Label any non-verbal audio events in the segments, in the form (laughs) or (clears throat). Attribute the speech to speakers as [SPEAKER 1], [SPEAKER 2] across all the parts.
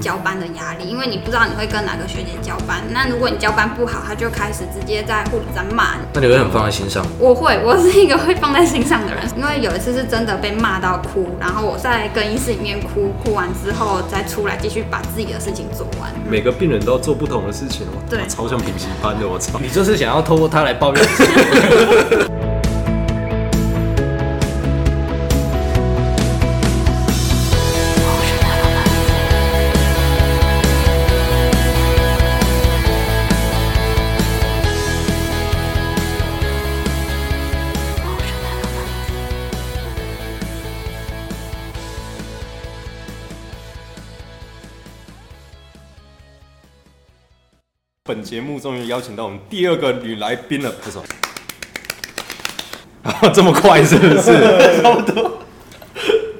[SPEAKER 1] 交班的压力，因为你不知道你会跟哪个学姐交班。那如果你交班不好，他就开始直接在护理站骂你。
[SPEAKER 2] 那你会很放在心上。
[SPEAKER 1] 我会，我是一个会放在心上的人，因为有一次是真的被骂到哭，然后我在更衣室里面哭，哭完之后再出来继续把自己的事情做完。
[SPEAKER 3] 每个病人都做不同的事情，我
[SPEAKER 1] 对
[SPEAKER 3] 我超像补习班的，我操！
[SPEAKER 2] 你就是想要透过他来抱怨。
[SPEAKER 3] (laughs) 本节目终于邀请到我们第二个女来宾了，拍手。啊， (laughs) 这么快是不
[SPEAKER 2] (laughs)
[SPEAKER 3] 是？差不多。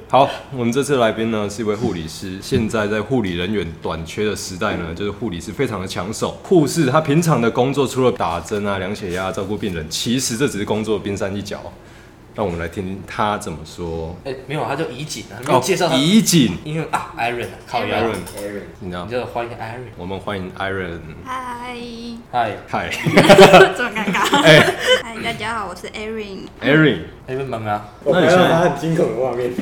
[SPEAKER 3] 好，我们这次来宾呢是一位护理师。现在在护理人员短缺的时代呢，就是护理师非常的抢手。护士她平常的工作除了打针啊、量血压、照顾病人，其实这只是工作的冰山一角。让我们来听听她怎么说。
[SPEAKER 4] 哎、没有，他就怡景啊，没有介绍他，
[SPEAKER 3] 哦怡景
[SPEAKER 4] 因为啊，Iron 啊，靠啊
[SPEAKER 3] Iron，
[SPEAKER 4] Iron，
[SPEAKER 3] 你知道
[SPEAKER 4] 你？就欢迎 Iron，
[SPEAKER 3] 我们欢迎 Iron。
[SPEAKER 1] 嗨， (laughs)
[SPEAKER 4] 嗨，
[SPEAKER 3] 嗨
[SPEAKER 1] 这么尴尬。
[SPEAKER 3] (laughs) 哎
[SPEAKER 1] 嗨，大家好，我是 Erin。
[SPEAKER 3] ，Iron，
[SPEAKER 4] 那边妈妈，
[SPEAKER 5] 我
[SPEAKER 3] 那
[SPEAKER 5] 看
[SPEAKER 3] 你现
[SPEAKER 5] 到
[SPEAKER 3] 在
[SPEAKER 5] 他很惊恐的画面，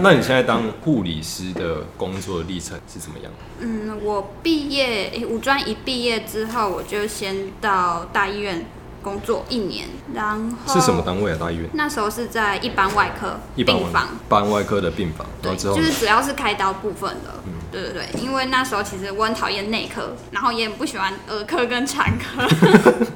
[SPEAKER 3] 那你现在当护理师的工作历程是怎么样？
[SPEAKER 1] 嗯，我毕业，诶五专一毕业之后，我就先到大医院工作一年，然后
[SPEAKER 3] 是什么？单位啊？大医院？
[SPEAKER 1] 那时候是在一般外科
[SPEAKER 3] 一般
[SPEAKER 1] 哦病
[SPEAKER 3] 外
[SPEAKER 1] 房。
[SPEAKER 3] 班外科的病房，然
[SPEAKER 1] 对，
[SPEAKER 3] 后之后嗯
[SPEAKER 1] 就是只要是开刀部分的，对对对，因为那时候其实我很讨厌内科，然后也很不喜欢儿科跟产科，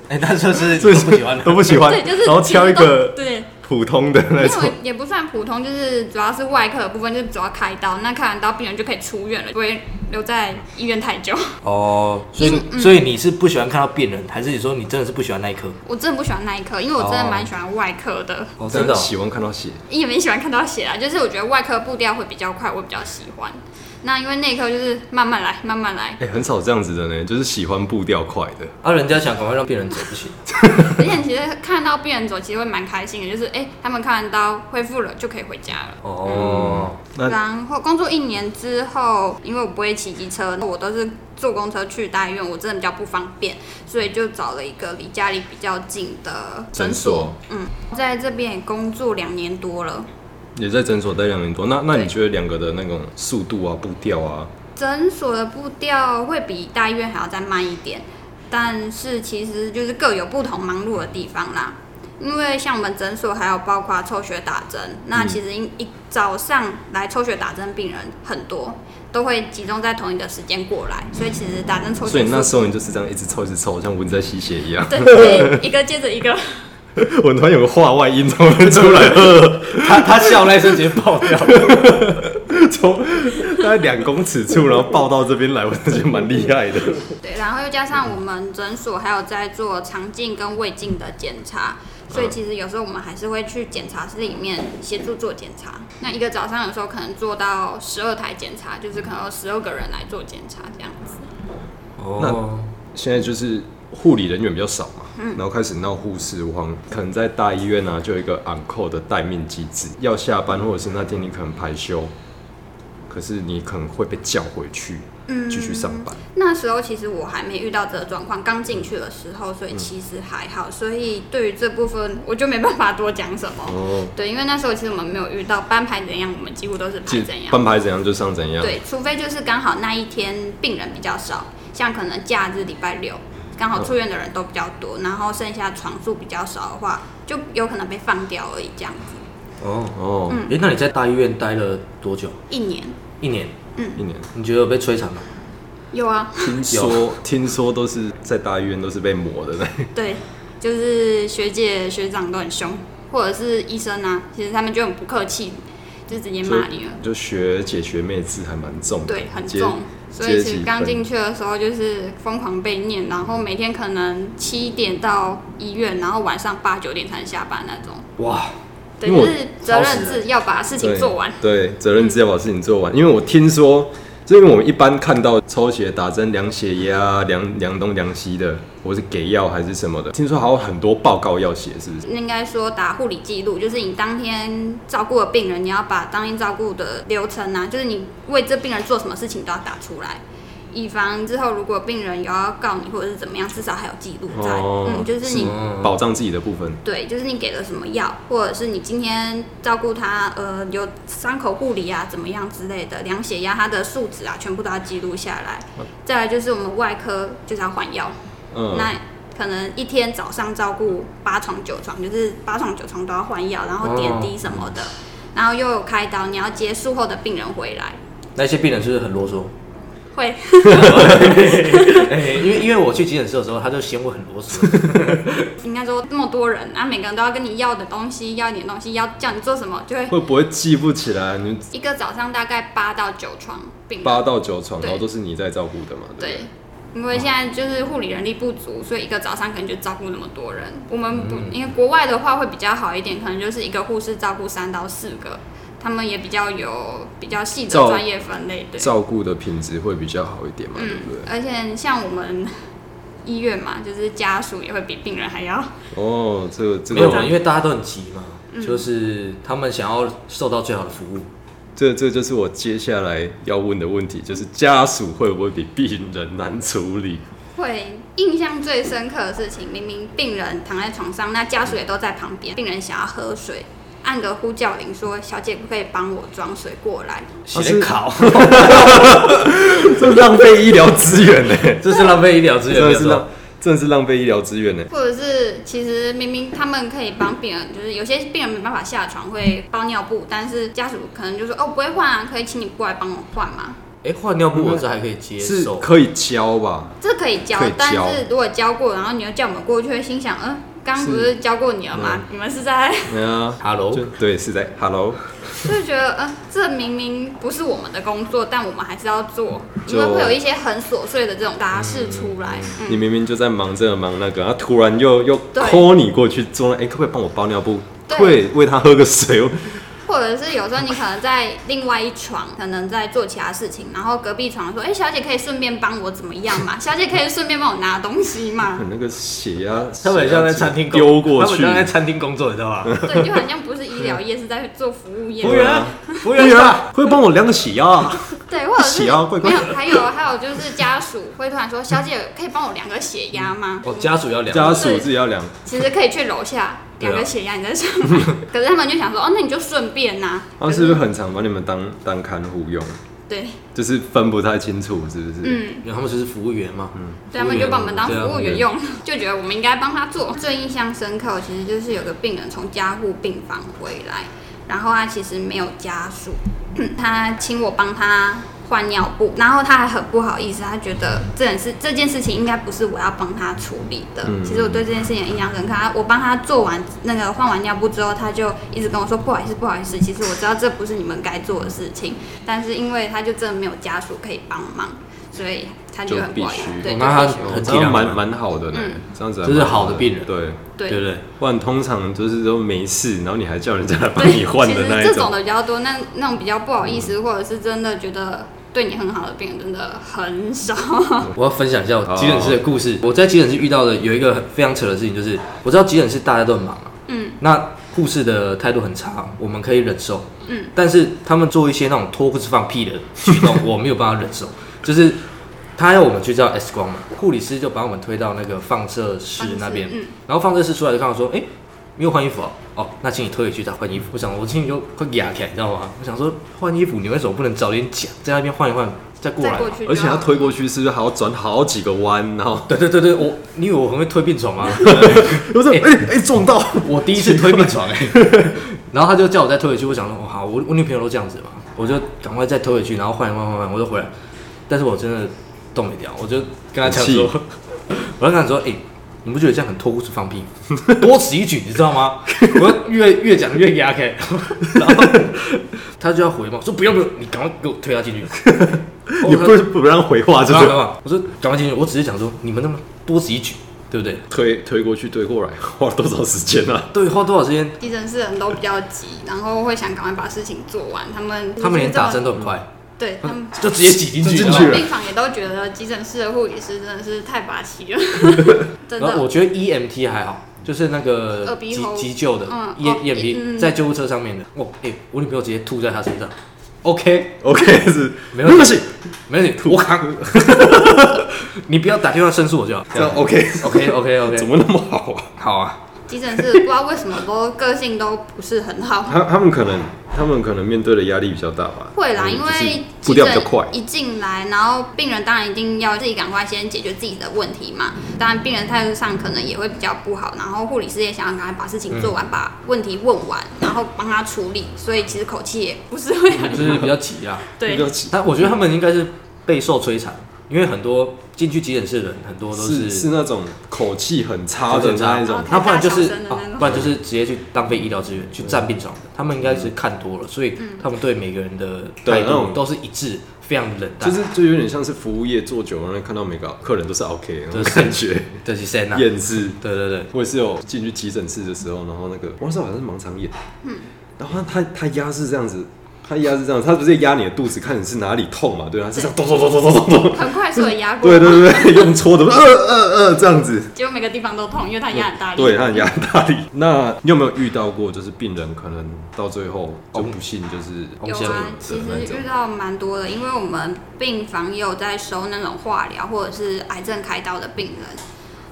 [SPEAKER 4] 哎、那时候 (laughs) 是都不喜欢
[SPEAKER 3] (laughs)
[SPEAKER 4] 的，
[SPEAKER 3] 都不喜欢
[SPEAKER 1] (laughs) 对，就是
[SPEAKER 3] 然后挑一
[SPEAKER 1] 其实都
[SPEAKER 3] 个
[SPEAKER 1] 对，
[SPEAKER 3] 普通的那
[SPEAKER 1] 因为
[SPEAKER 3] 种。
[SPEAKER 1] 也不算普通，就是主要是外科的部分，就是主要开刀，那开完刀病人就可以出院了，不会留在医院太久。 (laughs)
[SPEAKER 4] 哦，所以、
[SPEAKER 1] 嗯
[SPEAKER 4] 所以你是不喜欢看到病人，还是你说你真的是不喜欢那一刻？
[SPEAKER 1] 我真的不喜欢那一科，因为我真的蛮喜欢外科
[SPEAKER 3] (laughs)
[SPEAKER 1] 的，
[SPEAKER 4] 哦
[SPEAKER 3] 真
[SPEAKER 4] 真
[SPEAKER 3] 的
[SPEAKER 4] 的、
[SPEAKER 3] 喜欢看到血，
[SPEAKER 1] 也没喜欢看到血啦，就是我觉得外科步调会比较快，我比较喜欢。那因为内科就是慢慢来，慢慢来，
[SPEAKER 3] 哎，很少这样子的呢，就是喜欢步调快的。
[SPEAKER 4] 啊，人家想赶快让病人走不行，
[SPEAKER 1] 而且其实看到病人走，其实会蛮开心的，就是哎、诶他们看完刀恢复了就可以回家了。
[SPEAKER 4] 哦，
[SPEAKER 3] 那
[SPEAKER 1] 然后工作一年之后，因为我不会骑机车，我都是坐公车去大医院，我真的比较不方便，所以就找了一个离家里比较近的
[SPEAKER 3] 诊所。
[SPEAKER 1] 嗯，在这边也工作两年多了。
[SPEAKER 3] 也在诊所待两年多，那那你
[SPEAKER 1] 对
[SPEAKER 3] 觉得两个的那种速度啊、步调啊，
[SPEAKER 1] 诊所的步调会比大医院还要再慢一点，但是其实就是各有不同忙碌的地方啦。因为像我们诊所还有包括抽血打针，那其实一一早上来抽血打针病人很多，都会集中在同一个时间过来，所以其实打针抽
[SPEAKER 3] 所
[SPEAKER 1] 血
[SPEAKER 3] 以那
[SPEAKER 1] 是
[SPEAKER 3] 时候你就是这样一直抽一直抽，像蚊子在吸血一样。
[SPEAKER 1] 对
[SPEAKER 3] (laughs)
[SPEAKER 1] 对，一个接着一个。
[SPEAKER 3] 我突然有个话外音从那边出来， (laughs) 呃
[SPEAKER 4] 他他笑那一瞬间爆 (laughs) 掉，
[SPEAKER 3] 从大概两公尺处，然后抱到这边来， (laughs) 我觉得蛮厉害的。
[SPEAKER 1] 对，然后又加上我们诊所还有在做肠镜跟胃镜的检查，所以其实有时候我们还是会去检查室里面协助做检查。那一个早上有时候可能做到十二台检查，就是可能有十二个人来做检查这样子。
[SPEAKER 4] 哦，
[SPEAKER 3] 现在就是护理人员比较少嘛，然后开始闹护士荒，可能在大医院啊，就有一个 on call 的待命机制，要下班或者是那天你可能排休，可是你可能会被叫回去，继续上班。
[SPEAKER 1] 那时候其实我还没遇到这个状况，刚进去的时候，所以其实还好。所以对于这部分，我就没办法多讲什么。
[SPEAKER 3] 哦，
[SPEAKER 1] 对，因为那时候其实我们没有遇到班排怎样，我们几乎都是排
[SPEAKER 3] 就
[SPEAKER 1] 怎样。
[SPEAKER 3] 班排怎样就上怎样。
[SPEAKER 1] 对，除非就是刚好那一天病人比较少，像可能假日礼拜六刚好出院的人都比较多，然后剩下床数比较少的话，就有可能被放掉而已这样子。嗯
[SPEAKER 4] 哦，
[SPEAKER 3] 哦，
[SPEAKER 4] 哎、那你在大医院待了多久？
[SPEAKER 1] 一年
[SPEAKER 4] 一年，
[SPEAKER 1] 嗯
[SPEAKER 3] 一年
[SPEAKER 4] 你觉得有被摧残吗？
[SPEAKER 1] 有啊，
[SPEAKER 3] 听说听说都是在大医院都是被磨的呢。
[SPEAKER 1] (laughs) 对，就是学姐学长都很凶，或者是医生啊，其实他们就很不客气，就直接骂你了。
[SPEAKER 3] 就学姐学妹制还蛮重的，
[SPEAKER 1] 对，很
[SPEAKER 3] 阶
[SPEAKER 1] 重。所以
[SPEAKER 3] 阶
[SPEAKER 1] 其
[SPEAKER 3] 级
[SPEAKER 1] 实刚
[SPEAKER 3] 分
[SPEAKER 1] 进去的时候就是疯狂被念，然后每天可能七点到医院，然后晚上八九点才能下班那种。
[SPEAKER 4] 哇，
[SPEAKER 1] 对，
[SPEAKER 3] 因为我
[SPEAKER 1] 就是责任制要把事情
[SPEAKER 3] 对
[SPEAKER 1] 做完。
[SPEAKER 3] 对，责任制要把事情做完。因为我听说，所以我们一般看到抽血、打针、量血压、量量东量西的，或是给药还是什么的，听说还有很多报告要写，是不是？
[SPEAKER 1] 应该说打护理记录，就是你当天照顾的病人，你要把当天照顾的流程啊，就是你为这病人做什么事情都要打出来，以防之后如果病人有要告你或者是怎么样，至少还有记录在。
[SPEAKER 3] 哦
[SPEAKER 1] 嗯，就是你
[SPEAKER 3] 保障自己的部分。
[SPEAKER 1] 对，就是你给了什么药，或者是你今天照顾他，呃，有伤口护理啊，怎么样之类的，量血压、他的数值啊，全部都要记录下来。再来就是我们外科就是要换药，
[SPEAKER 3] 嗯，
[SPEAKER 1] 那可能一天早上照顾八床九床，就是八床九床都要换药，然后点滴什么
[SPEAKER 3] 哦
[SPEAKER 1] 的，然后又有开刀，你要接术后的病人回来，
[SPEAKER 4] 那些病人是不是很啰 (laughs) 嗦？
[SPEAKER 1] 会
[SPEAKER 4] 哎因为因为我去急诊室的时候，他就嫌我很啰嗦。
[SPEAKER 1] 应该说那么多人，啊，每个人都要跟你要的东西，要一点东西，要叫你做什么，就会
[SPEAKER 3] 会不会记不起来？你
[SPEAKER 1] 一个早上大概八到九床病人。
[SPEAKER 3] 八到九床，
[SPEAKER 1] 对
[SPEAKER 3] 然后都是你在照顾的嘛？对不对
[SPEAKER 1] 对，因为现在就是护理人力不足，所以一个早上可能就照顾那么多人。我们不，因为国外的话会比较好一点，可能就是一个护士照顾三到四个，他们也比较有比较细的
[SPEAKER 3] 照
[SPEAKER 1] 专业分类。对，嗯
[SPEAKER 3] 照顾的品质会比较好一点嘛？对不对？
[SPEAKER 1] 而且像我们医院嘛，就是家属也会比病人还要
[SPEAKER 3] 哦，这个这
[SPEAKER 4] 没有啊，
[SPEAKER 3] 个，
[SPEAKER 4] 因为大家都很急嘛，
[SPEAKER 1] 嗯
[SPEAKER 4] 就是他们想要受到最好的服务。
[SPEAKER 3] 哦这这就是我接下来要问的问题，就是家属会不会比病人难处理？ (laughs)
[SPEAKER 1] 会印象最深刻的事情，明明病人躺在床上，那家属也都在旁边，病人想要喝水，按个呼叫铃说：“小姐，可不可以帮我装水过来？”
[SPEAKER 3] 啊
[SPEAKER 4] 写
[SPEAKER 3] 是
[SPEAKER 4] 考，
[SPEAKER 3] 这浪费医疗资源
[SPEAKER 4] (laughs)
[SPEAKER 3] 呢、
[SPEAKER 4] (laughs) 这是浪费医疗资源，
[SPEAKER 3] 真
[SPEAKER 4] 没
[SPEAKER 3] 的
[SPEAKER 4] 有
[SPEAKER 3] 是
[SPEAKER 4] 错
[SPEAKER 3] 浪，真的是浪费医疗资源呢。
[SPEAKER 1] 或者是其实明明他们可以帮病人，就是有些病人没办法下床会包尿布，但是家属可能就说哦不会换啊，可以请你过来帮我换吗？
[SPEAKER 4] 哎，换尿布我这还可以接
[SPEAKER 3] 是
[SPEAKER 4] 受，
[SPEAKER 3] 可以教吧？
[SPEAKER 1] 这可以教，
[SPEAKER 3] 可以教
[SPEAKER 1] 但是如果教过，然后你又叫我们过去，会心想嗯，刚刚不是教过你了吗？你们是在 (laughs)
[SPEAKER 3] 对啊
[SPEAKER 4] Hello
[SPEAKER 3] 就对，是在 Hello，
[SPEAKER 1] 就觉得嗯，这明明不是我们的工作，但我们还是要做，
[SPEAKER 3] 就
[SPEAKER 1] 因为会有一些很琐碎的这种杂事出来。
[SPEAKER 3] 你
[SPEAKER 1] 嗯，
[SPEAKER 3] 明明就在忙这个忙那个，他突然又又
[SPEAKER 1] 对
[SPEAKER 3] call 你过去做，哎、可不可以帮我包尿布？
[SPEAKER 1] 对
[SPEAKER 3] 会喂他喝个水， (laughs)
[SPEAKER 1] 或者是有时候你可能在另外一床，可能在做其他事情，然后隔壁床说：“哎、小姐可以顺便帮我怎么样
[SPEAKER 3] (laughs)
[SPEAKER 1] 嘛？小姐可以顺便帮我拿东西嘛
[SPEAKER 3] 那个血压，
[SPEAKER 4] 他们很像在餐厅工
[SPEAKER 3] 丢过
[SPEAKER 4] 他
[SPEAKER 3] 去
[SPEAKER 4] 们，很像在餐厅工作，你知
[SPEAKER 3] (laughs)
[SPEAKER 4] 道
[SPEAKER 1] (laughs)
[SPEAKER 4] 吧？？”
[SPEAKER 1] 对，就好像不是医疗业，是在做服务业
[SPEAKER 4] 服。务
[SPEAKER 3] 啊
[SPEAKER 4] 员，服务员
[SPEAKER 3] 对
[SPEAKER 4] 上，
[SPEAKER 3] 啊，会帮我量个血压啊，
[SPEAKER 1] 对，或者是
[SPEAKER 3] 洗啊快快
[SPEAKER 1] 没有，还有还有就是家属会突然说：“小姐可以帮我量个血压
[SPEAKER 3] (laughs)
[SPEAKER 1] 吗？”
[SPEAKER 4] 哦，家属要量，
[SPEAKER 3] 家属自己要量，
[SPEAKER 1] 其实可以去楼下量个血压，你再上来。
[SPEAKER 3] (laughs)
[SPEAKER 1] 可是他们就想说：“哦，那你就顺便呐、
[SPEAKER 3] 他啊是不是很常把你们当当看护用？
[SPEAKER 1] 对，
[SPEAKER 3] 就是分不太清楚，是不是？
[SPEAKER 1] 嗯，
[SPEAKER 4] 因为他们就是服务员嘛，嗯，
[SPEAKER 1] 对他们就把我们当服务员
[SPEAKER 4] 对啊
[SPEAKER 1] 用，就觉得我们应该帮他做。最印象深刻，其实就是有个病人从加护病房回来，然后他其实没有家属， (clears throat) 他请我帮他换尿布，然后他还很不好意思，他觉得这件事这件事情应该不是我要帮他处理的。
[SPEAKER 3] 嗯
[SPEAKER 1] 其实我对这件事情的印象深刻，他我帮他做完那个换完尿布之后，他就一直跟我说不好意思，不好意思，其实我知道这不是你们该做的事情，但是因为他就真的没有家属可以帮忙，所以他就
[SPEAKER 3] 就
[SPEAKER 1] 很不好意思
[SPEAKER 3] 必须。
[SPEAKER 1] 对，
[SPEAKER 4] 哦
[SPEAKER 1] 就
[SPEAKER 4] 那他
[SPEAKER 1] 必须
[SPEAKER 4] 很
[SPEAKER 3] 这样
[SPEAKER 4] 体谅
[SPEAKER 3] 蛮
[SPEAKER 4] 嘛
[SPEAKER 3] 蛮好的呢
[SPEAKER 1] 嗯，
[SPEAKER 3] 这样子还
[SPEAKER 4] 这是
[SPEAKER 3] 蛮
[SPEAKER 4] 好的病人
[SPEAKER 3] 对，
[SPEAKER 1] 对
[SPEAKER 4] 对不对？
[SPEAKER 3] 不然通常就是都没事，然后你还叫人家来帮
[SPEAKER 1] 对，
[SPEAKER 3] 你换的那
[SPEAKER 1] 其实
[SPEAKER 3] 一
[SPEAKER 1] 这种
[SPEAKER 3] 种。
[SPEAKER 1] 的比较多，那那种比较不好意
[SPEAKER 3] 嗯
[SPEAKER 1] 思，或者是真的觉得对你很好的病人真的很少。
[SPEAKER 4] 我要分享一下我急诊室的故事。我在急诊室遇到的有一个很非常扯的事情，就是我知道急诊室大家都很忙嘛，啊
[SPEAKER 1] 嗯，
[SPEAKER 4] 那护士的态度很差，我们可以忍受，
[SPEAKER 1] 嗯，
[SPEAKER 4] 但是他们做一些那种脱裤子放屁的举动，我没有办法忍
[SPEAKER 1] (laughs)
[SPEAKER 4] 受，就是。他要我们去照 X 光嘛，护理师就把我们推到那个放射室那边，
[SPEAKER 1] 放射室嗯
[SPEAKER 4] 然后放射室出来就看我说，哎、没有换衣服哦，哦，那请你退回去再换衣服。我想，我心里就快哑起来，你知道吗？我想说，换衣服你为什么不能早点讲，在那边换一换再过来
[SPEAKER 1] 再
[SPEAKER 4] 嘛？
[SPEAKER 1] 过去，
[SPEAKER 3] 而且他推过去是不是还要转好几个弯？然后
[SPEAKER 4] 对对对对，我你以为我很会推病床吗？
[SPEAKER 3] 我说哎哎撞到，
[SPEAKER 4] (laughs) 我第一次推病 (laughs) 床哎、然后他就叫我再推回去，我想说，哦好，我我女朋友都这样子嘛，我就赶快再推回去，然后换一换换一换，我就回来，但是我真的动没掉，我就跟他讲说
[SPEAKER 3] 很，
[SPEAKER 4] (laughs) 我就跟他说，哎、你不觉得这样很脱裤子放屁 (laughs) 吗？多此一举，你知道吗？我就越越讲越压开， (laughs) 然后他就要回嘛，我说不用不用，你赶快给我推他 (laughs) 进去。
[SPEAKER 3] 你不是不让回话，就
[SPEAKER 4] 知道
[SPEAKER 3] 是
[SPEAKER 4] 吗？我说赶快进去，我只是想说你们那么多此一举，对不对？
[SPEAKER 3] 推推过去推过来，花了多少时间啊？
[SPEAKER 4] 对，花多少时间？
[SPEAKER 1] 急诊室人都比较急，然后会想赶快把事情做完。他们
[SPEAKER 4] 他们连打针
[SPEAKER 1] 都
[SPEAKER 4] 都很快，
[SPEAKER 1] 对他们。
[SPEAKER 4] 就直接挤进去，
[SPEAKER 3] 嗯进
[SPEAKER 4] 你知道
[SPEAKER 3] 去
[SPEAKER 4] 吗
[SPEAKER 3] 了
[SPEAKER 1] 病房也都觉得急诊室的护理师真的是太霸气了，真
[SPEAKER 4] 然后
[SPEAKER 1] 的。
[SPEAKER 4] 我觉得 EMT 还好，就是那个
[SPEAKER 1] 耳鼻
[SPEAKER 4] 急
[SPEAKER 1] 喉
[SPEAKER 4] 急救的
[SPEAKER 1] 嗯
[SPEAKER 4] E
[SPEAKER 1] 哦
[SPEAKER 4] EMT
[SPEAKER 1] 嗯
[SPEAKER 4] 在救护车上面的。哇，哎，我女朋友直接吐在他身上。OK，
[SPEAKER 3] OK 是
[SPEAKER 4] 没问题，没问题，我扛。你不要打电话申诉我就好。
[SPEAKER 3] 这样 OK， (laughs)
[SPEAKER 4] OK OK OK，
[SPEAKER 3] 怎么那么好啊？
[SPEAKER 4] 好啊。
[SPEAKER 1] 急诊室不知道为什么都个性都不是很好，
[SPEAKER 3] 他他们可能他们可能面对的压力比较大吧？
[SPEAKER 1] 会啦，
[SPEAKER 3] 嗯
[SPEAKER 1] 因
[SPEAKER 3] 就是
[SPEAKER 1] 为急
[SPEAKER 3] 步调
[SPEAKER 1] 诊
[SPEAKER 3] 比较快。
[SPEAKER 1] 一进来，然后病人当然一定要自己赶快先解决自己的问题嘛。
[SPEAKER 3] 嗯
[SPEAKER 1] 当然，病人态度上可能也会比较不好，然后护理师也想要赶快把事情做完，把问题问完，然后帮他处理，所以其实口气也不是会
[SPEAKER 3] 嗯
[SPEAKER 1] 很
[SPEAKER 4] 就是比较急啊。
[SPEAKER 1] (laughs)
[SPEAKER 3] (laughs)
[SPEAKER 1] 对
[SPEAKER 3] 比。较急
[SPEAKER 4] 但我觉得他们应该是备受摧残，因为很多进去急诊室的人很多都
[SPEAKER 3] 是是那种口气很差的那一种
[SPEAKER 1] 口气很差，
[SPEAKER 4] 那不然就
[SPEAKER 1] 开
[SPEAKER 4] 是
[SPEAKER 1] 大小声的
[SPEAKER 4] 啊
[SPEAKER 1] 那种
[SPEAKER 4] 不然就是直接去浪费医疗资源，去占病床的。他们应该是看多了，所以
[SPEAKER 1] 嗯
[SPEAKER 4] 他们对每个人的
[SPEAKER 3] 对
[SPEAKER 4] 态
[SPEAKER 3] 那种
[SPEAKER 4] 度都是一致，非常冷淡。
[SPEAKER 3] 就是就有点像是服务业做久了，看到每个客人都是 OK 那种
[SPEAKER 4] 对是
[SPEAKER 3] 感觉，
[SPEAKER 4] 这是谁呢？
[SPEAKER 3] 厌世。
[SPEAKER 4] 对对对，
[SPEAKER 3] 我也是有进去急诊室的时候，然后那个王少好像是盲肠炎，
[SPEAKER 1] 嗯
[SPEAKER 3] 然后他他他压是这样子，他压是这样子，他不是压你的肚子，看你是哪里痛嘛，对吧？是这样咚咚咚咚咚咚咚，
[SPEAKER 1] 很快哎速的压过，
[SPEAKER 3] 对对对，对 (laughs) 用搓的，呃呃呃这样子，
[SPEAKER 1] 结果每个地方都痛，因为他压很大力。
[SPEAKER 3] 对，他
[SPEAKER 1] (laughs)
[SPEAKER 3] 很压很大力。那你有没有遇到过，就是病人可能到最后就不幸就是
[SPEAKER 1] 有
[SPEAKER 4] 红线
[SPEAKER 1] 啊
[SPEAKER 4] 路，
[SPEAKER 1] 其
[SPEAKER 3] 的那
[SPEAKER 1] 实
[SPEAKER 3] 种
[SPEAKER 1] 遇到蛮多的，因为我们病房也有在收那种化疗或者是癌症开刀的病人，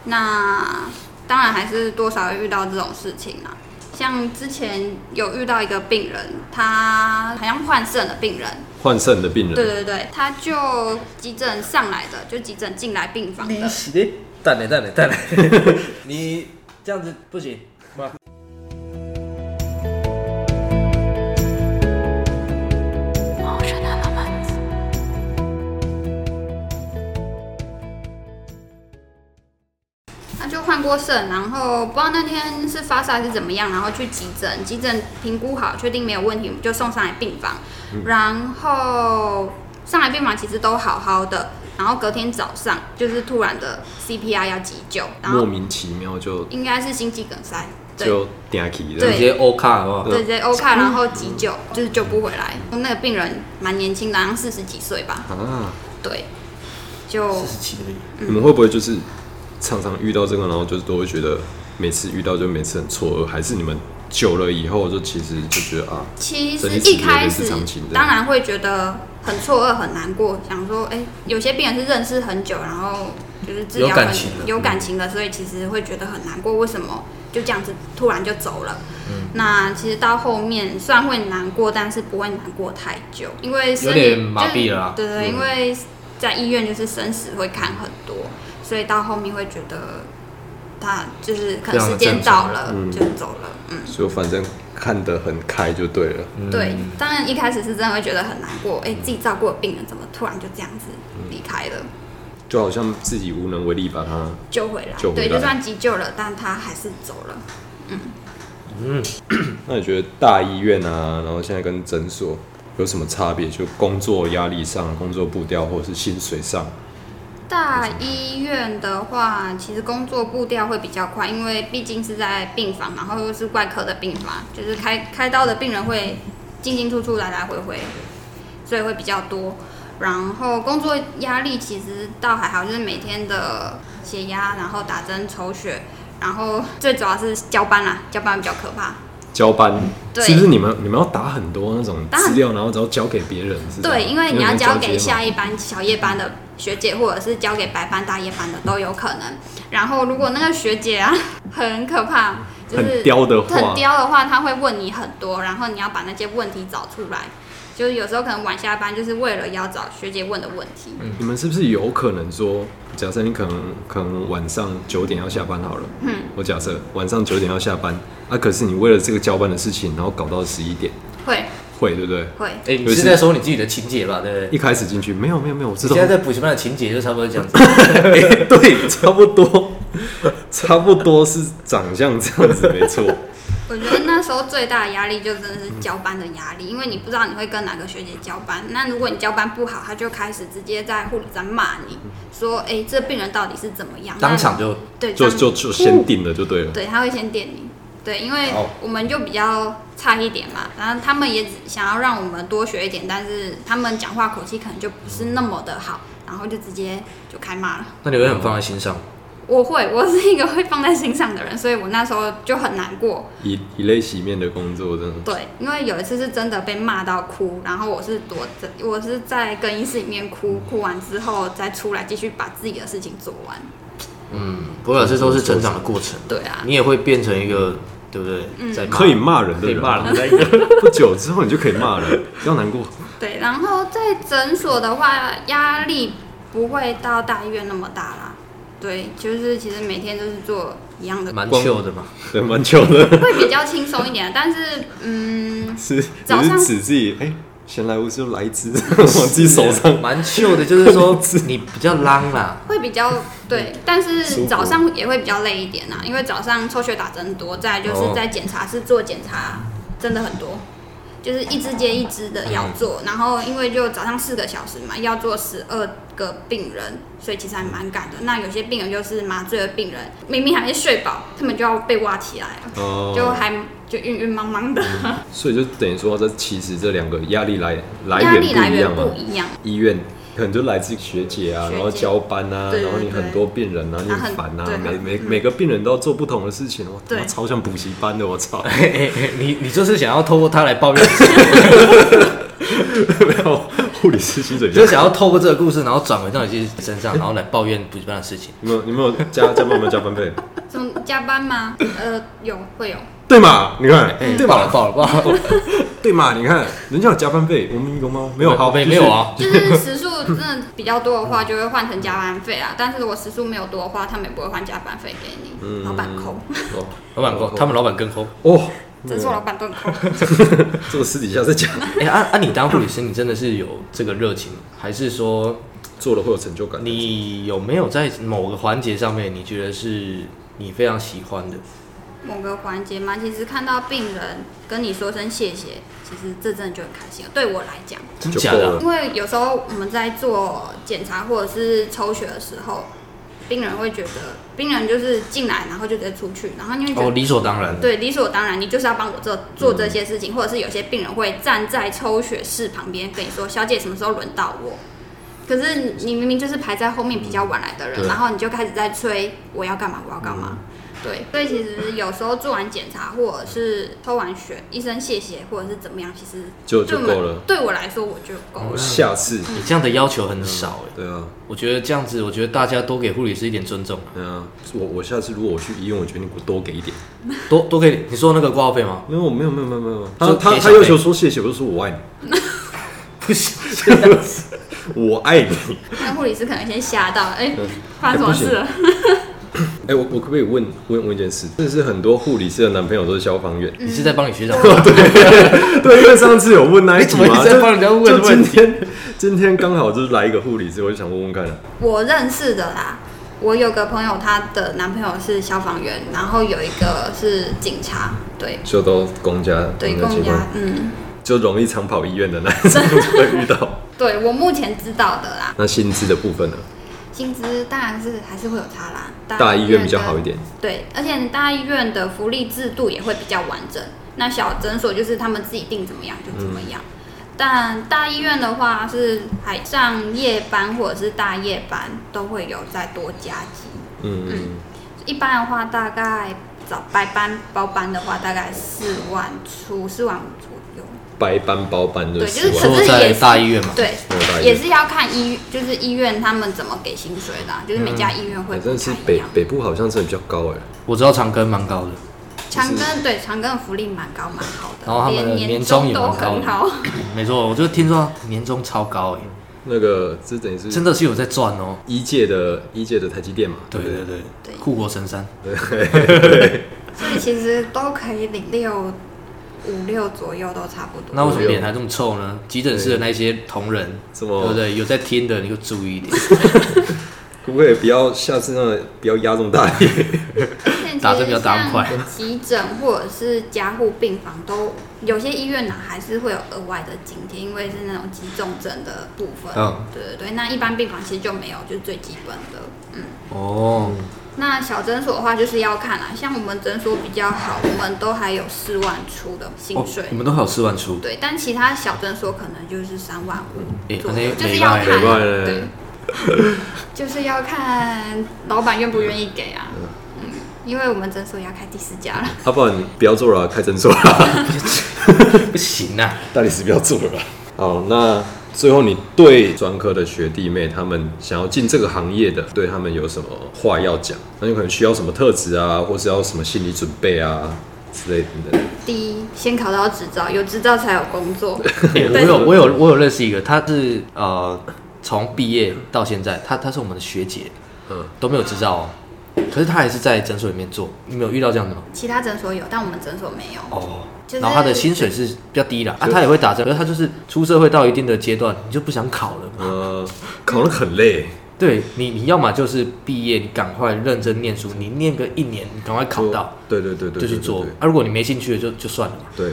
[SPEAKER 1] 那当然还是多少会遇到这种事情啊。像之前有遇到一个病人，他好像患肾的病人，
[SPEAKER 3] 换肾的病
[SPEAKER 1] 对对
[SPEAKER 3] 人，
[SPEAKER 1] 对，他就急诊上来的，就急诊进来病房的，
[SPEAKER 4] 是的，淡了淡了淡了， (laughs) 你这样子不行。
[SPEAKER 1] 他就换过肾，然后不知道那天是发烧还是怎么样，然后去急诊，急诊评估好，确定没有问题，我们就送上来病房。然后上来病房其实都好好的，然后隔天早上就是突然的 CPR 要急救，然
[SPEAKER 3] 莫
[SPEAKER 1] 后
[SPEAKER 3] 名其妙就
[SPEAKER 1] 应该是心肌梗塞，对。
[SPEAKER 3] 就点起
[SPEAKER 1] 对
[SPEAKER 4] 直接 O 卡好不好？
[SPEAKER 1] 对对，OK，然后急救就是救不回来。那个病人蛮年轻的，好像四十几岁吧，
[SPEAKER 3] 啊！
[SPEAKER 1] 对，嗯就
[SPEAKER 4] 十七而已。
[SPEAKER 3] 你们会不会就是常常遇到这个，然后就是都会觉得每次遇到就每次很错愕，还是你们久了以后就其实就觉得啊，
[SPEAKER 1] 其实一开始
[SPEAKER 3] 整体情况
[SPEAKER 1] 当然会觉得很错愕、很难过，想说，哎、有些病人是认识很久，然后就是治疗
[SPEAKER 4] 有
[SPEAKER 1] 很
[SPEAKER 4] 感情的嗯
[SPEAKER 1] 有感情的，所以其实会觉得很难过，为什么就这样子突然就走了？
[SPEAKER 4] 嗯
[SPEAKER 1] 那其实到后面虽然会难过，但是不会难过太久，因为生
[SPEAKER 4] 有点麻痹了啊
[SPEAKER 1] 就是对对，因为在医院就是生死会看很多，所以到后面会觉得他就是可能时间到了
[SPEAKER 3] 非常的正常嗯
[SPEAKER 1] 就走了，嗯。
[SPEAKER 3] 就反正看得很开就对了。
[SPEAKER 1] 对，当然一开始是真的会觉得很难过，哎、自己照顾的病人怎么突然就这样子离开了，
[SPEAKER 3] 就好像自己无能为力把它
[SPEAKER 1] 救回来，
[SPEAKER 3] 救回来
[SPEAKER 1] 对，就算急救了，但他还是走了。
[SPEAKER 3] 那你觉得大医院啊，然后现在跟诊所有什么差别？就工作压力上、工作步调或者是薪水上，
[SPEAKER 1] 大医院的话，其实工作步调会比较快，因为毕竟是在病房，然后又是外科的病房，就是开开刀的病人会进进出出、来来回回，所以会比较多。然后工作压力其实倒还好，就是每天的血压，然后打针、抽血，然后最主要是交班啦，交班比较可怕。
[SPEAKER 3] 交班
[SPEAKER 1] 对
[SPEAKER 3] 是不是你们你们要打很多那种
[SPEAKER 1] 打很
[SPEAKER 3] 资料，然后只要交给啊别人？是这样
[SPEAKER 1] 对，因为你要
[SPEAKER 3] 们
[SPEAKER 1] 交
[SPEAKER 3] 交
[SPEAKER 1] 给下
[SPEAKER 3] 一
[SPEAKER 1] 一班小夜班的学姐，或者是交给白班、大夜班的都有可能。然后如果那个学姐啊 (laughs) 很可怕，就是
[SPEAKER 3] 很刁的话
[SPEAKER 1] 很刁的话，她会问你很多，然后你要把那些问题找出来。就是有时候可能晚下班，就是为了要找学姐问的问题。
[SPEAKER 3] 你们是不是有可能说，假设你可能可能晚上九点要下班好了，嗯，我假设晚上九点要下班，啊，可是你为了这个交班的事情，然后搞到十一点，
[SPEAKER 1] 会
[SPEAKER 3] 会对不对？
[SPEAKER 1] 会，
[SPEAKER 4] 哎，你是在说你自己的情节吧？对不对？
[SPEAKER 3] 一开始进去没有没有没有，我知
[SPEAKER 4] 你
[SPEAKER 3] 道
[SPEAKER 4] 现在在补习班的情节就差不多这样子。
[SPEAKER 3] 欸对，差不多，差不多是长相这样子，
[SPEAKER 1] (laughs)
[SPEAKER 3] 没错。
[SPEAKER 1] 我觉得那时候最大的压力就真的是交班的压力，因为你不知道你会跟哪个学姐交班。那如果你交班不好，他就开始直接在护理站骂你，说：“哎、这病人到底是怎么样？”那
[SPEAKER 4] (laughs) 当场就
[SPEAKER 1] 对，
[SPEAKER 3] 就
[SPEAKER 1] 当
[SPEAKER 3] 就就先定了就对了。
[SPEAKER 1] 对，他会先点名。对，因为
[SPEAKER 3] 好
[SPEAKER 1] 我们就比较差一点嘛，然后他们也只想要让我们多学一点，但是他们讲话口气可能就不是那么的好，然后就直接就开骂了。
[SPEAKER 2] 那你会很放在心上？
[SPEAKER 1] 我会，我是一个会放在心上的人，所以我那时候就很难过。
[SPEAKER 3] 以以泪洗面的工作，真的。
[SPEAKER 1] 对，因为有一次是真的被骂到哭，然后我是躲着，我是在更衣室里面哭，哭完之后再出来继续把自己的事情做完。
[SPEAKER 4] 不过这都是成长的过程，
[SPEAKER 1] 对啊，
[SPEAKER 4] 你也会变成一个，对不
[SPEAKER 1] 嗯
[SPEAKER 4] 对？在骂
[SPEAKER 3] 可以骂人的
[SPEAKER 4] 可以
[SPEAKER 3] 人，
[SPEAKER 4] 骂人的一个，
[SPEAKER 3] 不久之后你就可以骂人，不要难过。
[SPEAKER 1] 对，然后在诊所的话，压力不会到大医院那么大啦。对，就是其实每天都是做一样的，
[SPEAKER 4] (laughs) 蛮
[SPEAKER 3] 光
[SPEAKER 4] chill 的嘛。
[SPEAKER 3] 对，蛮久的，
[SPEAKER 1] 会比较轻松一点。但是，嗯，
[SPEAKER 3] 是你
[SPEAKER 1] 早上
[SPEAKER 3] 是指自己，哎、闲来无事就来一支 (laughs) 往自己手上。
[SPEAKER 4] 蛮 chill 的，就是说你比较浪 (laughs) 啦，
[SPEAKER 1] 会比
[SPEAKER 3] (laughs)
[SPEAKER 1] 较对，但
[SPEAKER 3] 舒
[SPEAKER 1] 是
[SPEAKER 3] 服
[SPEAKER 1] 早上也会比较累一点啊，因为早上抽血打针多，再来
[SPEAKER 3] 哦
[SPEAKER 1] 就是在检查室做检查，真的很多，就是一支接一支的
[SPEAKER 3] 嗯
[SPEAKER 1] 要做，然后因为就早上四个小时嘛，要做十二个病人，所以其实还蛮赶的。那有些病人就是麻醉的病人，明明还没睡饱，他们就要被挖起来了，就
[SPEAKER 3] 哦，嗯
[SPEAKER 1] 还就晕晕茫茫的，
[SPEAKER 3] 所以就等于说，这其实这两个压力来来
[SPEAKER 1] 压
[SPEAKER 3] 源
[SPEAKER 1] 力来
[SPEAKER 3] 不一样啊
[SPEAKER 1] 源
[SPEAKER 3] 嘛
[SPEAKER 1] 不。一样。
[SPEAKER 3] 医院可能就来自学姐啊，
[SPEAKER 1] 学姐
[SPEAKER 3] 然后交班啊，
[SPEAKER 1] 对对
[SPEAKER 3] 然后你很多病人啊，你
[SPEAKER 1] 啊
[SPEAKER 3] 很
[SPEAKER 1] 很
[SPEAKER 3] 烦啊
[SPEAKER 1] 对，
[SPEAKER 3] 每
[SPEAKER 1] 很嗯
[SPEAKER 3] 每每个病人都要做不同的事情，哇，他妈
[SPEAKER 1] 对
[SPEAKER 3] 超像补习班的，
[SPEAKER 1] (laughs)
[SPEAKER 3] 我操！
[SPEAKER 2] 哎哎哎，你你就是想要透过他来抱怨，
[SPEAKER 4] (laughs)
[SPEAKER 3] 然后护理师薪水
[SPEAKER 4] 你
[SPEAKER 3] 就
[SPEAKER 4] 就想要透过这个故事，然后转回到你自己身上，然后来抱怨补习班的事情。
[SPEAKER 3] 你们你们有加加班有没有加班 (laughs) 费？
[SPEAKER 1] 什么加班吗？呃，有会有。
[SPEAKER 3] 对嘛？你看，对
[SPEAKER 4] 爆了
[SPEAKER 3] 嘛？
[SPEAKER 4] 哎爆了爆了！
[SPEAKER 3] 对嘛？你看，人家有加班费，我们有吗？没
[SPEAKER 4] 没
[SPEAKER 3] 有，好，
[SPEAKER 4] 没
[SPEAKER 3] 继
[SPEAKER 4] 没
[SPEAKER 3] 续
[SPEAKER 4] 有。啊，
[SPEAKER 1] 就是时数真的比较多的话，就会换成加班费啊。但是我时数没有多的话，他们也不会换加班费给你。老板抠， (laughs)
[SPEAKER 3] 哦
[SPEAKER 4] 老板公，他们老板更抠。
[SPEAKER 3] 哦，
[SPEAKER 1] 诊所老板都很抠。
[SPEAKER 3] 这个私底下再讲，
[SPEAKER 4] 哎，啊啊，你当护理师，你真的是有这个热情吗，还是说
[SPEAKER 3] 做了会有成就感。
[SPEAKER 4] 你有没有在某个环节上面，你觉得是你非常喜欢的？
[SPEAKER 1] 某个环节嘛，其实看到病人跟你说声谢谢，其实这真的就很开心了。对我来讲，
[SPEAKER 4] 真
[SPEAKER 3] 就
[SPEAKER 4] 假
[SPEAKER 3] 够
[SPEAKER 4] 的
[SPEAKER 3] 了
[SPEAKER 4] 啊？
[SPEAKER 1] 因为有时候我们在做检查或者是抽血的时候，病人会觉得病人就是进来，然后就直接出去，然后你会觉得
[SPEAKER 4] 哦，理所当然。
[SPEAKER 1] 对，理所当然，你就是要帮我做做这些事情，或者是有些病人会站在抽血室旁边跟你说：“小姐，什么时候轮到我？”可是你你明明就是排在后面比较晚来的人，
[SPEAKER 4] 对
[SPEAKER 1] 然后你就开始在催我要干嘛，我要干
[SPEAKER 3] 嗯
[SPEAKER 1] 嘛。对，所以其实有时候做完检查或者是抽完血，医生谢谢或者是怎么样，其实
[SPEAKER 3] 就就够了嗯
[SPEAKER 1] 对我来说，我就够了。
[SPEAKER 3] 下次，
[SPEAKER 4] 你这样的要求很少哎，
[SPEAKER 3] 对啊，
[SPEAKER 4] 我觉得这样子，我觉得大家多给护理师一点尊重啊，
[SPEAKER 3] 对啊，我我下次如果我去医院，我决定我多给一点。
[SPEAKER 4] 多多给你说那个挂号费
[SPEAKER 1] (laughs)
[SPEAKER 4] 吗？
[SPEAKER 3] 没有，没有，没有，没有，没有。他
[SPEAKER 4] 就
[SPEAKER 3] 他
[SPEAKER 4] 给小
[SPEAKER 3] 他
[SPEAKER 4] 费
[SPEAKER 3] 要求说谢谢，我就说我爱你，
[SPEAKER 4] 不行，
[SPEAKER 3] 我爱你。
[SPEAKER 1] 那护理师可能先吓到，哎、发
[SPEAKER 3] 哎
[SPEAKER 1] 生什
[SPEAKER 3] 不
[SPEAKER 1] 么
[SPEAKER 3] 行
[SPEAKER 1] 事了？
[SPEAKER 3] (laughs) 哎、我我可不可以问问问一件事？这是很多护理师的男朋友都是消防员。
[SPEAKER 4] 你是在帮你学
[SPEAKER 3] (laughs)
[SPEAKER 4] 长？
[SPEAKER 1] 哦
[SPEAKER 3] 对，因为上次有问那一题 (laughs)
[SPEAKER 4] (laughs) 你怎么
[SPEAKER 3] 嘛，
[SPEAKER 4] 一直在
[SPEAKER 3] 就
[SPEAKER 4] 帮人家问
[SPEAKER 3] 就
[SPEAKER 4] 问
[SPEAKER 3] 今
[SPEAKER 4] 题
[SPEAKER 3] 天今天刚好就是来一个护理师，我就想问问看、啊。
[SPEAKER 1] 我认识的啦，我有个朋友，她的男朋友是消防员，然后有一个是警察，对
[SPEAKER 3] 就都公家
[SPEAKER 1] 对，
[SPEAKER 3] 的
[SPEAKER 1] 公
[SPEAKER 3] 情
[SPEAKER 1] 家
[SPEAKER 3] 况，，
[SPEAKER 1] 嗯，
[SPEAKER 3] 就容易常跑医院的那一种会遇到。
[SPEAKER 1] 对我目前知道的啦，
[SPEAKER 3] (laughs) 那薪资的部分呢？
[SPEAKER 1] 薪资当然是还是会有差啦，
[SPEAKER 3] 大医院比较
[SPEAKER 1] 跟
[SPEAKER 3] 好一点，
[SPEAKER 1] 对，而且大医院的福利制度也会比较完整。那小诊所就是他们自己定怎么样就怎么样。
[SPEAKER 3] 嗯
[SPEAKER 1] 但大医院的话是还上夜班或者是大夜班都会有再多加级。
[SPEAKER 3] 嗯，嗯
[SPEAKER 1] 一般的话，大概早白班包班的话，大概四万出四万五左右。
[SPEAKER 3] 白班包班就
[SPEAKER 1] 对，
[SPEAKER 3] 是
[SPEAKER 1] 就是
[SPEAKER 3] 四
[SPEAKER 1] 可
[SPEAKER 3] 万，
[SPEAKER 1] 是
[SPEAKER 4] 说在
[SPEAKER 1] 也是
[SPEAKER 4] 大医院嘛
[SPEAKER 1] 对
[SPEAKER 3] 我大医，院
[SPEAKER 1] 也是要看医，就是医院他们怎么给薪水
[SPEAKER 4] 嗯
[SPEAKER 1] 的啊、就是每家医院会
[SPEAKER 3] 反
[SPEAKER 1] 不
[SPEAKER 3] 正是
[SPEAKER 1] 太一
[SPEAKER 3] 北
[SPEAKER 1] 样。
[SPEAKER 3] 北部好像是比较高哎、
[SPEAKER 4] 我知道长庚蛮高的，
[SPEAKER 1] 长庚对长庚的福利蛮高蛮好的，
[SPEAKER 4] 然后他们的
[SPEAKER 1] 连
[SPEAKER 4] 年终
[SPEAKER 1] 终
[SPEAKER 4] 也
[SPEAKER 1] 都
[SPEAKER 4] 蛮高
[SPEAKER 1] 很
[SPEAKER 4] 的
[SPEAKER 1] 好。
[SPEAKER 4] (coughs) 没错，我就听说年终超高哎、
[SPEAKER 3] 那个这等于是
[SPEAKER 4] 真的是有在赚哦、
[SPEAKER 3] 一届的一届的台积电嘛，
[SPEAKER 4] 对
[SPEAKER 3] 不
[SPEAKER 4] 对
[SPEAKER 1] 对
[SPEAKER 4] 对，护国神山，
[SPEAKER 1] 所以其实都可以领六五六左右都差不多。
[SPEAKER 4] 那为什么脸还这么臭呢？急诊室的那些同仁，
[SPEAKER 3] 什
[SPEAKER 4] 对
[SPEAKER 3] 么
[SPEAKER 4] 不对？有在听的，你就注意
[SPEAKER 1] (laughs)
[SPEAKER 4] 一点，
[SPEAKER 3] 可不可以不要下次那个不要压这么大力？
[SPEAKER 4] 打针比较打不快
[SPEAKER 1] 急诊或者是加护病房都有些医院呢还是会有额外的津贴，因为是那种急重症的部分。
[SPEAKER 4] 嗯
[SPEAKER 1] 对对对。那一般病房其实就没有，就是最基本的。嗯，
[SPEAKER 4] 哦，
[SPEAKER 1] 那小诊所的话，就是要看啦，像我们诊所比较好，我们都还有四万出的薪水。
[SPEAKER 4] 哦你们都还有四万出，
[SPEAKER 1] 对，但其他小诊所可能就是三万五
[SPEAKER 4] 哎
[SPEAKER 1] 左
[SPEAKER 4] 那
[SPEAKER 1] 右，
[SPEAKER 4] 也
[SPEAKER 1] 就是要看
[SPEAKER 3] 没办法没
[SPEAKER 4] (laughs)
[SPEAKER 1] 对，就是要看老板愿不愿意给啊。嗯，因为我们诊所也要开第四家了，
[SPEAKER 3] 要、不然你不要做了，开诊所啦，
[SPEAKER 4] 不行啊！
[SPEAKER 3] 大理石不要做了啦。好，那最后你对专科的学弟妹他们想要进这个行业的，对他们有什么话要讲？那有可能需要什么特质啊，或是要什么心理准备啊之类的。
[SPEAKER 1] 第一先考到执照，有执照才有工
[SPEAKER 4] (laughs)
[SPEAKER 1] 作。
[SPEAKER 4] 欸我
[SPEAKER 1] 但是
[SPEAKER 4] 有我有我有认识一个，她是呃从毕业到现在，她她是我们的学姐，
[SPEAKER 3] 嗯
[SPEAKER 4] 都没有执照哦，可是她还是在诊所里面做。你们有遇到这样的吗？
[SPEAKER 1] 其他诊所有，但我们诊所没有。
[SPEAKER 4] 哦。
[SPEAKER 1] 就是
[SPEAKER 4] 然后她的薪水是比较低啦，啊，她也会打针，可是她就是出社会到一定的阶段，你就不想考了嘛。
[SPEAKER 3] 呃，考得很累，
[SPEAKER 4] 对你，你要么就是毕业，你赶快认真念书，你念个一年，你赶快考到
[SPEAKER 3] 对对对对，
[SPEAKER 4] 就去
[SPEAKER 3] 对
[SPEAKER 4] 做。啊，如果你没兴趣的就就算了嘛。
[SPEAKER 3] 对，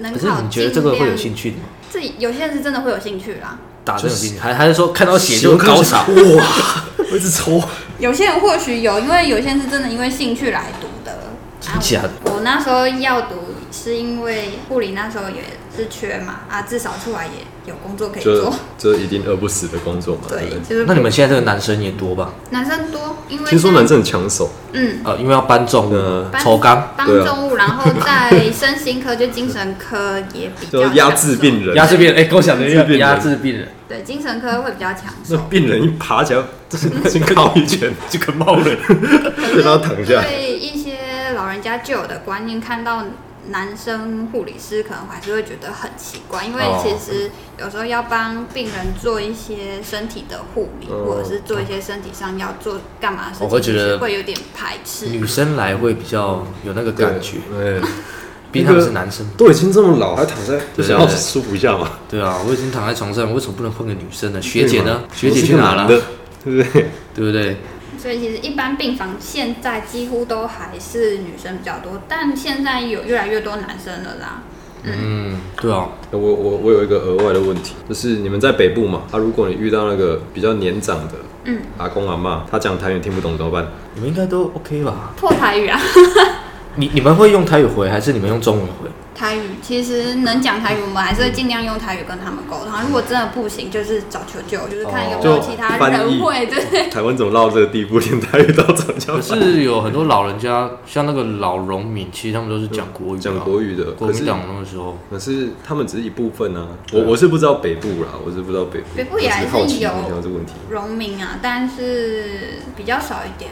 [SPEAKER 1] 能
[SPEAKER 4] 可是
[SPEAKER 1] 考
[SPEAKER 4] 你觉得这个会有
[SPEAKER 1] 尽
[SPEAKER 4] 兴趣的吗？
[SPEAKER 1] 量？自己有些人是真的会有兴趣啦，
[SPEAKER 4] 打针有兴趣，还还是说看到血就
[SPEAKER 3] (laughs)
[SPEAKER 4] 高潮？
[SPEAKER 3] 哇，我一直抽。
[SPEAKER 1] 有些人或许有，因为有些人是真的因为兴趣来读的。
[SPEAKER 4] 真假的
[SPEAKER 1] 啊我我那时候要读，是因为护理那时候也是缺嘛，啊，至少出来也有工作可以
[SPEAKER 3] 就
[SPEAKER 4] (laughs)
[SPEAKER 1] 做。
[SPEAKER 3] 这一定饿不死的工作嘛，对不
[SPEAKER 1] 对
[SPEAKER 3] 对，？
[SPEAKER 1] 就是
[SPEAKER 4] 那你们现在这个男生也多吧？
[SPEAKER 1] 男生多，因为
[SPEAKER 3] 听说
[SPEAKER 1] 像
[SPEAKER 3] 男生很抢手，
[SPEAKER 1] 嗯，
[SPEAKER 4] 呃，因为要搬重物、
[SPEAKER 1] 搬
[SPEAKER 4] 抽钢、
[SPEAKER 1] 帮
[SPEAKER 3] 对啊
[SPEAKER 1] 重物，然后
[SPEAKER 4] (laughs)
[SPEAKER 1] 在身心科就精神科也比较
[SPEAKER 3] 就压制
[SPEAKER 1] 抢手
[SPEAKER 3] 病人，
[SPEAKER 4] 压制病人。哎，跟我想的一
[SPEAKER 3] 压制病人
[SPEAKER 4] 样，压制病人。
[SPEAKER 1] 对，精神科会比较抢
[SPEAKER 3] 那
[SPEAKER 1] 手。
[SPEAKER 3] 病人一爬起来，先靠一拳就跟猫人， (laughs) 就让他躺下。
[SPEAKER 1] 对一些老人家旧有的观念，看到男生护理师，可能还是会觉得很奇怪，因为
[SPEAKER 4] 哦
[SPEAKER 1] 其实有时候要帮病人做一些身体的护理，
[SPEAKER 3] 哦
[SPEAKER 1] 或者是做一些身体上要做干嘛的事情，
[SPEAKER 4] 嗯我会觉得
[SPEAKER 1] 其实会有点排斥。
[SPEAKER 4] 女生来会比较有那个感觉，
[SPEAKER 3] 对，
[SPEAKER 4] 毕竟他们是男生。
[SPEAKER 3] 都已经这么老，还躺在，
[SPEAKER 4] 对
[SPEAKER 3] 想要舒服一下嘛？
[SPEAKER 4] 对啊，我已经躺在床上，我为什么不能换个女生呢？学姐呢？学姐去哪了
[SPEAKER 3] 我？是个男的？对不对？
[SPEAKER 4] 对不对？
[SPEAKER 1] 所以其实一般病房现在几乎都还是女生比较多，但现在有越来越多男生了
[SPEAKER 4] (laughs)
[SPEAKER 1] 啦。
[SPEAKER 4] 嗯，对啊，
[SPEAKER 3] 我我我有一个额外的问题，就是你们在北部嘛，啊，如果你遇到那个比较年长的，
[SPEAKER 1] 嗯，
[SPEAKER 3] 阿公阿妈，他讲台语听不懂怎么办？ (laughs)
[SPEAKER 4] 你们应该都 OK 吧？
[SPEAKER 1] 破台语啊，
[SPEAKER 4] 你你们会用台语回，还是你们用中文回？
[SPEAKER 1] 台语其实能讲台语，我们还是会尽量用台语跟他们沟通。如果真的不行，就是找求救，就是看有没有
[SPEAKER 3] 哦
[SPEAKER 1] 其他
[SPEAKER 3] 就翻
[SPEAKER 1] 人
[SPEAKER 3] 译
[SPEAKER 1] 会。对，
[SPEAKER 3] 台湾怎么落到这个地步，连台语都怎么
[SPEAKER 4] 可
[SPEAKER 3] 讲？
[SPEAKER 4] 是有很多老人家，像那个老农民，其实他们都是讲国语、啊，
[SPEAKER 3] 讲国语的，
[SPEAKER 4] 国
[SPEAKER 3] 可
[SPEAKER 4] 民
[SPEAKER 3] 是
[SPEAKER 4] 党那个时候，
[SPEAKER 3] 可是他们只是一部分啊。我我是不知道北部啦，我是不知道北部，
[SPEAKER 1] 北部也
[SPEAKER 3] 我
[SPEAKER 1] 还
[SPEAKER 3] 只
[SPEAKER 1] 是
[SPEAKER 3] 好奇
[SPEAKER 1] 有
[SPEAKER 3] 问一下这个问题。
[SPEAKER 1] 农民啊，但是比较少一点，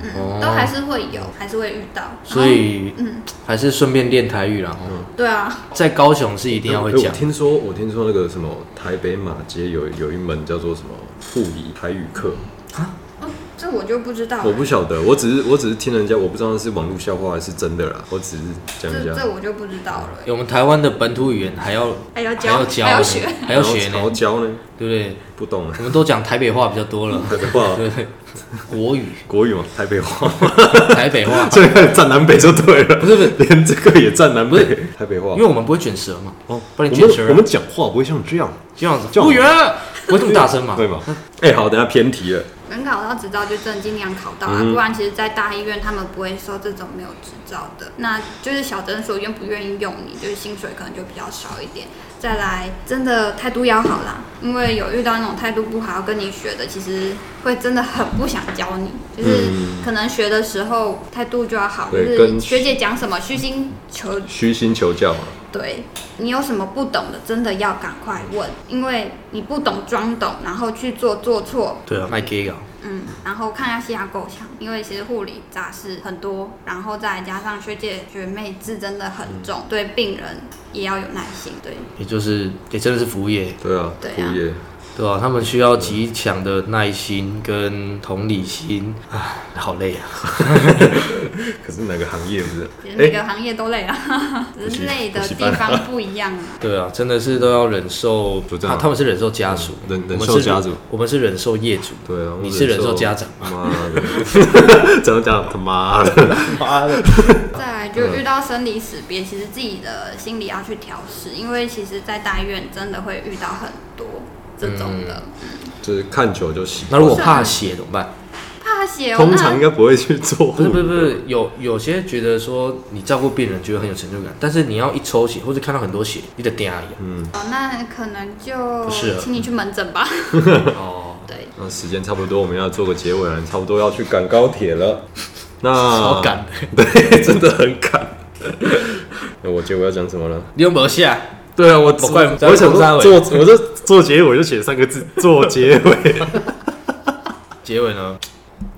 [SPEAKER 1] 嗯，
[SPEAKER 4] 哦
[SPEAKER 1] 都还是会有，还是会遇到。
[SPEAKER 4] 所以
[SPEAKER 1] 然后，嗯，
[SPEAKER 4] 还是顺便练台语啦。哦
[SPEAKER 1] 对啊，
[SPEAKER 4] 在高雄是一定要会
[SPEAKER 3] 哎
[SPEAKER 4] 讲
[SPEAKER 3] 我，听说我听说那个什么台北马街有有一门叫做什么护理台语课，
[SPEAKER 1] 哦，这我就不知道了，
[SPEAKER 3] 我不晓得，我只是我只是听人家，我不知道是网络笑话还是真的啦，我只是讲一
[SPEAKER 1] 这
[SPEAKER 3] 下。
[SPEAKER 1] 这我就不知道了。
[SPEAKER 4] 我们台湾的本土语言还要
[SPEAKER 1] 还
[SPEAKER 3] 哎
[SPEAKER 1] 要
[SPEAKER 4] 还
[SPEAKER 1] 教，
[SPEAKER 4] 要教，
[SPEAKER 1] 还要学，
[SPEAKER 4] 还要学
[SPEAKER 3] 然后
[SPEAKER 4] 呢，
[SPEAKER 3] 教呢，
[SPEAKER 4] 对不对？
[SPEAKER 3] 不懂
[SPEAKER 4] (laughs)
[SPEAKER 3] 啊
[SPEAKER 4] 我们都讲台北话比较多了，
[SPEAKER 3] 台北话
[SPEAKER 4] 对不对？国语、
[SPEAKER 3] 国语嘛，台北话， (laughs)
[SPEAKER 4] 台北话，
[SPEAKER 3] 这个占南北就对了， (laughs)
[SPEAKER 4] 不是不是，
[SPEAKER 3] 连这个也占南北，台北话
[SPEAKER 4] 因为。我们不会卷舌嘛，
[SPEAKER 3] 哦，
[SPEAKER 4] 不然
[SPEAKER 3] 我
[SPEAKER 4] 你
[SPEAKER 3] 们
[SPEAKER 4] 卷舌啊
[SPEAKER 3] 我们讲话不会像这样，
[SPEAKER 4] 这样子
[SPEAKER 3] 这样
[SPEAKER 4] 不远，啊不会这么大声嘛，
[SPEAKER 3] 对吗？哎，好，等一下偏题了。
[SPEAKER 1] 能考到执照就真的尽量考到啊，
[SPEAKER 3] 嗯
[SPEAKER 1] 不然其实，在大医院他们不会收这种没有执照的。那就是小诊所愿不愿意用你，就是薪水可能就比较少一点。再来，真的态度要好啦，因为有遇到那种态度不好要跟你学的，其实会真的很不想教你，就是
[SPEAKER 3] 嗯
[SPEAKER 1] 可能学的时候态度就要好，就
[SPEAKER 3] 对
[SPEAKER 1] 是
[SPEAKER 3] 跟
[SPEAKER 1] 学姐讲什么虚心求
[SPEAKER 3] 虚心求教嘛，
[SPEAKER 1] 对你有什么不懂的，真的要赶快问，因为你不懂装懂，然后去做做错，
[SPEAKER 4] 对啊，卖 gay 啊，
[SPEAKER 1] 嗯，然后看一下西牙够强，因为其实护理杂事很多，然后再加上学姐学妹制真的很重，对病人也要有耐心。对，
[SPEAKER 4] 也就是也真的是服务业，
[SPEAKER 3] 对啊，
[SPEAKER 1] 对啊
[SPEAKER 3] 副业。
[SPEAKER 4] 对啊，他们需要极强的耐心跟同理心，唉，好累啊。 (laughs)
[SPEAKER 3] 可是哪个行业不是？哎
[SPEAKER 1] 其实每个行业都累啊， (laughs) 只是累的
[SPEAKER 3] 补习
[SPEAKER 1] 地
[SPEAKER 3] 班
[SPEAKER 1] 方不一样啊。
[SPEAKER 4] 对啊，真的是都要忍受，
[SPEAKER 3] 就这
[SPEAKER 4] 他
[SPEAKER 3] 样
[SPEAKER 4] 他们是忍受家属，
[SPEAKER 3] 啊嗯忍忍
[SPEAKER 4] 我们
[SPEAKER 3] 受
[SPEAKER 4] 是
[SPEAKER 3] 家属
[SPEAKER 4] 我们是忍受业主，
[SPEAKER 3] 对啊，我
[SPEAKER 4] 你是忍受家长，
[SPEAKER 3] 妈的， (laughs) 怎么讲？他妈的，
[SPEAKER 4] 妈的，
[SPEAKER 1] 再来就遇到生离死别，其实自己的心理要去调试，因为其实，在大医院真的会遇到很多这种的。
[SPEAKER 3] 就是看久就习
[SPEAKER 4] 那如果怕血怎么办？
[SPEAKER 1] 怕写哦，
[SPEAKER 3] 通常应
[SPEAKER 1] 那
[SPEAKER 3] 该不会去做
[SPEAKER 4] 不
[SPEAKER 3] 护
[SPEAKER 4] 是不是
[SPEAKER 3] 理。
[SPEAKER 4] 不是，有有些觉得说你照顾病人觉得很有成就感，但是你要一抽血或者看到很多血，你得嗲一
[SPEAKER 3] 嗯
[SPEAKER 4] 样。
[SPEAKER 1] 哦那可能就
[SPEAKER 4] 不适合
[SPEAKER 1] 请你去门诊吧。
[SPEAKER 4] 哦，
[SPEAKER 1] 对，
[SPEAKER 3] 那时间差不多，我们要做个结尾了，差不多要去赶高铁
[SPEAKER 4] (laughs)
[SPEAKER 3] 了。那
[SPEAKER 4] 好赶，
[SPEAKER 3] (laughs) 对，真的很赶。 (laughs) 那我结尾要讲什么呢？
[SPEAKER 4] 你有没有下？
[SPEAKER 3] 对啊，我
[SPEAKER 4] 我怪
[SPEAKER 3] 我想
[SPEAKER 4] 我
[SPEAKER 3] 说
[SPEAKER 4] 怪
[SPEAKER 3] 做，我就做结尾就写三个
[SPEAKER 4] (laughs)
[SPEAKER 3] 字，做结尾。
[SPEAKER 4] 结尾呢？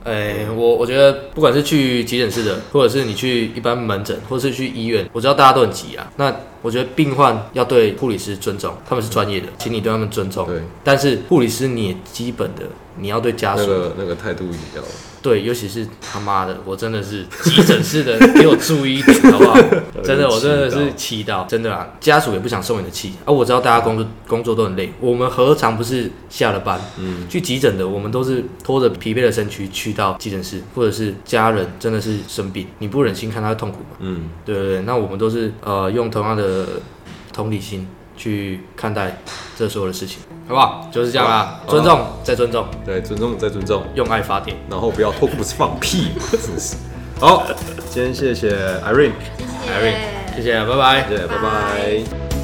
[SPEAKER 4] 哎，我我觉得不管是去急诊室的，或者是你去一般门诊，或者是去医院，我知道大家都很急啊。那我觉得病患要对护理师尊重，他们是专业的，请你对他们尊重。
[SPEAKER 3] 嗯对，
[SPEAKER 4] 但是护理师你也基本的，你要对家属
[SPEAKER 3] 那个那个态度也要。
[SPEAKER 4] 对，尤其是他妈的，我真的是急诊室的，给我注意一点，好不 (laughs) 好？真的，我真的是气到，真的啊！家属也不想受你的气啊！我知道大家工作工作都很累，我们何尝不是下了班，嗯，去急诊的，我们都是拖着疲惫的身躯去到急诊室，或者是家人真的是生病，你不忍心看他痛苦吗？
[SPEAKER 3] 嗯，
[SPEAKER 4] 对对对，那我们都是呃用同样的同理心去看待这所有的事情，好不好？就是这样啦，尊重再尊重，
[SPEAKER 3] 对，尊重再尊重，
[SPEAKER 4] 用爱发电。
[SPEAKER 3] 然后不要脱裤子放屁，真是。好，今天谢谢 Irene，
[SPEAKER 1] 谢
[SPEAKER 4] 谢谢，拜拜。
[SPEAKER 3] 谢谢，
[SPEAKER 1] 拜
[SPEAKER 3] 拜拜
[SPEAKER 1] 拜